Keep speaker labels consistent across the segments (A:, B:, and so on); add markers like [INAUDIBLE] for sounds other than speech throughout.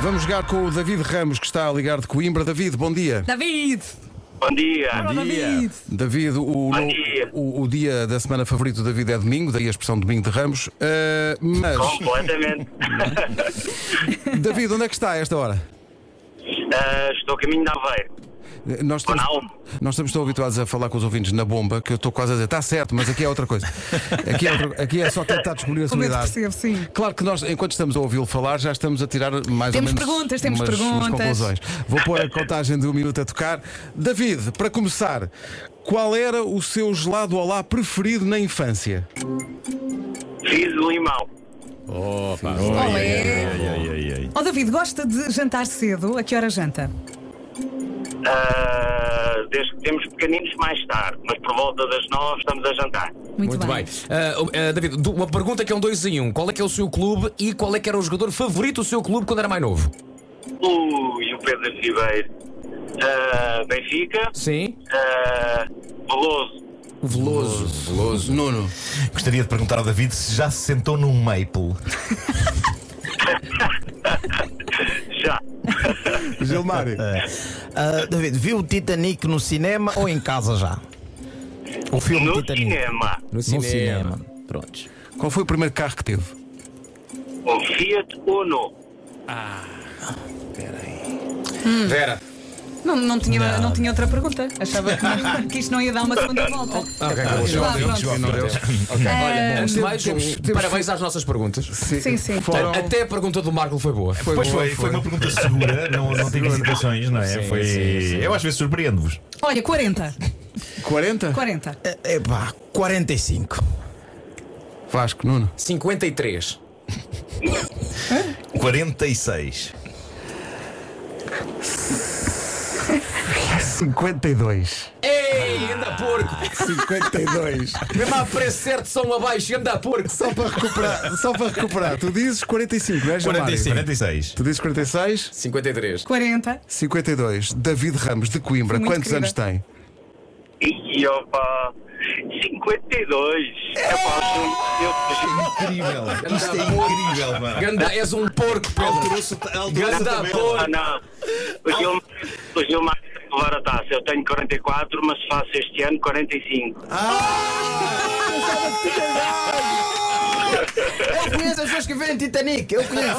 A: Vamos jogar com o David Ramos, que está a ligar de Coimbra. David, bom dia.
B: David!
C: Bom dia.
B: Olá, David!
A: David, o, no-
C: dia.
A: o, o dia da semana favorito do David é domingo, daí a expressão domingo de Ramos. Ah, mas,
C: [LAUGHS] Completamente.
A: David, onde é que está a esta hora?
C: Ah, estou a caminho da Aveiro.
A: Eh, Nós estamos,
C: Ronaldo.
A: nós estamos tão habituados a falar com os ouvintes na bomba que eu estou quase a dizer, está certo, mas aqui é outra coisa. Aqui é, outra- aqui é só tentar descobrir a
B: Como eu te
A: solidariedade.
B: percebo, sim.
A: Claro que nós, enquanto estamos a ouvi-lo falar, já estamos a tirar mais
B: Temos
A: ou menos
B: perguntas, temos
A: umas, umas
B: perguntas.
A: conclusões. Vou pôr a contagem de um minuto a tocar. David, para começar, qual era o seu gelado olá preferido na infância?
C: Fiz de limão.
D: Opa!
B: Olé!
D: Ai, ai, ai, ai.
B: Ó Oh, David, gosta de jantar cedo? A que hora janta?
C: Ah, desde que temos pequeninos mais tarde, mas por volta das nove estamos a jantar.
D: Muito bem. Ah, ah, David, du- uma pergunta que é um dois em um. Qual é que é o seu clube e qual é que era o jogador favorito do seu clube quando era mais novo?
C: Ui, o Pedro Ribeiro. Ah, Benfica.
D: Sim.
C: Ah, Veloso.
D: O Veloso. Veloso.
A: Nuno.
E: Gostaria de perguntar ao David se já se sentou num maple.
C: Já.
E: [LAUGHS]
A: Gilmário.
E: É. Ah, David, viu o Titanic no cinema ou em casa já?
F: Um
E: O filme
C: No cinema.
D: No cinema.
E: Prontos.
A: Qual foi o primeiro carro que teve?
C: Um Fiat Uno.
D: Vera.
B: Não, não, tinha, não. tinha outra pergunta. Achava que, não- [LAUGHS] que isto não ia dar uma segunda volta. Vá, pronto. É.
D: Olha, antes de mais,
A: temos-
D: um
A: temos-
D: parabéns às nossas perguntas. Ah,
B: Sim, sim.
A: Foram-
D: Até a pergunta do Marco foi boa.
A: Foi
E: Pois
A: boa,
E: foi, foi uma pergunta segura, não, não tive hesitações, não é? foi. Eu às vezes surpreendo-vos.
B: Olha, 40.
A: 40?
B: 40.
F: É,
E: Epá, 45.
A: Vasco, Nuno.
D: 53.
E: 46.
A: 52.
D: Ei, anda porco!
A: [LAUGHS] 52.
D: Mesmo a preço certo, são abaixo, anda porco!
A: Só para recuperar, só para recuperar. Tu dizes 45, não é, Gilmário?
E: 46.
A: Tu dizes 46?
D: 53.
B: 40.
A: 52. David Ramos, de Coimbra.
B: Muito
A: Quantos
B: querida.
A: anos tem?
C: E opa. 52. É pá,
E: Incrível.
D: Isto
E: Isto
D: é
E: é incrível, mano.
D: Ganda, és um porco, Pedro! Ganda
B: é
C: Ah,
D: porco!
C: não. O Gilmar, o Gilmar tem que levar a taça. Eu tenho 44, mas faço este ano 45.
F: Eu conheço as pessoas que vêem Titanic, eu conheço.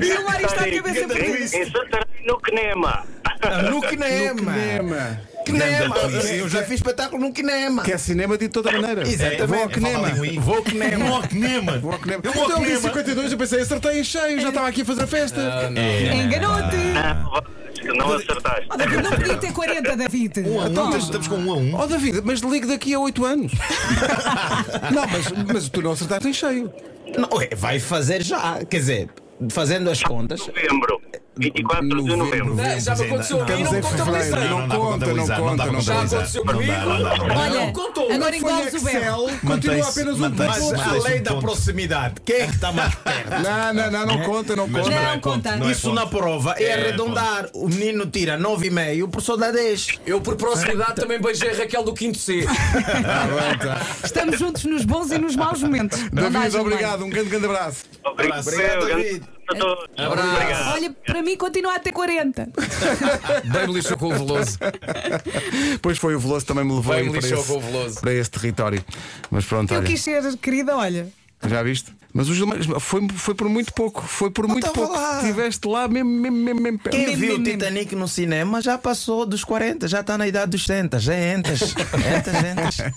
B: Gilmário está de cabeça para
C: em, em
B: baixo.
C: Santarém, no Quenema.
F: No Kinema. Kinema.
E: Grande atriz.
F: Eu já fiz espetáculo no Kinema.
A: Que é cinema de toda maneira.
E: É,
A: Vou ao
E: é, fala
A: Kinema.
E: ali um i.
A: Vou ao Kinema.
E: Vou ao Kinema.
A: Vou ao Kinema.
E: Eu vou ao
A: Então eu disse
E: Kinema.
A: 52, eu pensei, acertei em cheio, já estava aqui a fazer festa.
E: É.
B: Enganou-te.
C: Não, não acertaste.
B: Ó Oh, David, é não podia ter 40, David.
E: Então, estamos com um a um.
A: Oh David, mas ligue daqui a 8 anos. não, mas, mas tu não acertaste em cheio.
F: Não, é, vai fazer já. Quer dizer, fazendo as contas.
C: Novembro. 24 de novembro.
D: Ah, Já me aconteceu a mim, não
A: Estamos em fevereiro.
D: contabilizei!
A: Não conta, não conta, não
D: Já
A: dá.
D: aconteceu comigo!
B: Olha,
D: Não contou!
B: agora engoles o berro.
A: Continua apenas um
E: mantém-se-
A: ponto.
E: mantém-se um ponto.
F: proximidade. Quem é que
E: tá
F: está mais perto?
A: Não, não, não, não conta, não
E: Mas
A: conta.
B: Não conta.
E: é
F: Isso
E: ponto.
F: na prova é,
E: É,
F: arredondar. O menino tira 9,5, o professor dá 10.
D: Eu, por proximidade, também beijei a Raquel do 5 [LAUGHS] C.
B: Estamos juntos nos bons e nos maus momentos. Não dá,
A: David,
B: Gilmário.
A: obrigado, um grande, grande abraço.
C: Obrigado.
F: Obrigado,
C: grande a todos. Obrigado.
B: Olha, para mim continua a ter 40.
D: Bem me lixou com o Veloso.
A: Pois foi o Veloso também me levou
D: Bem
A: aí para,
D: lixou
A: esse,
D: com o Veloso.
A: para esse território. Mas pronto,
B: Eu
A: olha,
B: quis ser querida, olha.
A: já viste? Mas o Gilmar foi, foi por muito pouco, foi por muito
F: estava
A: pouco.
F: Então lá.
A: Estiveste lá mesmo, mesmo, mesmo, mesmo perto.
F: Quem
B: Mim,
F: viu
B: mim, mim.
F: tá Titanic no cinema já passou dos 40, já está na idade dos 70. Já entas. Entas, entas.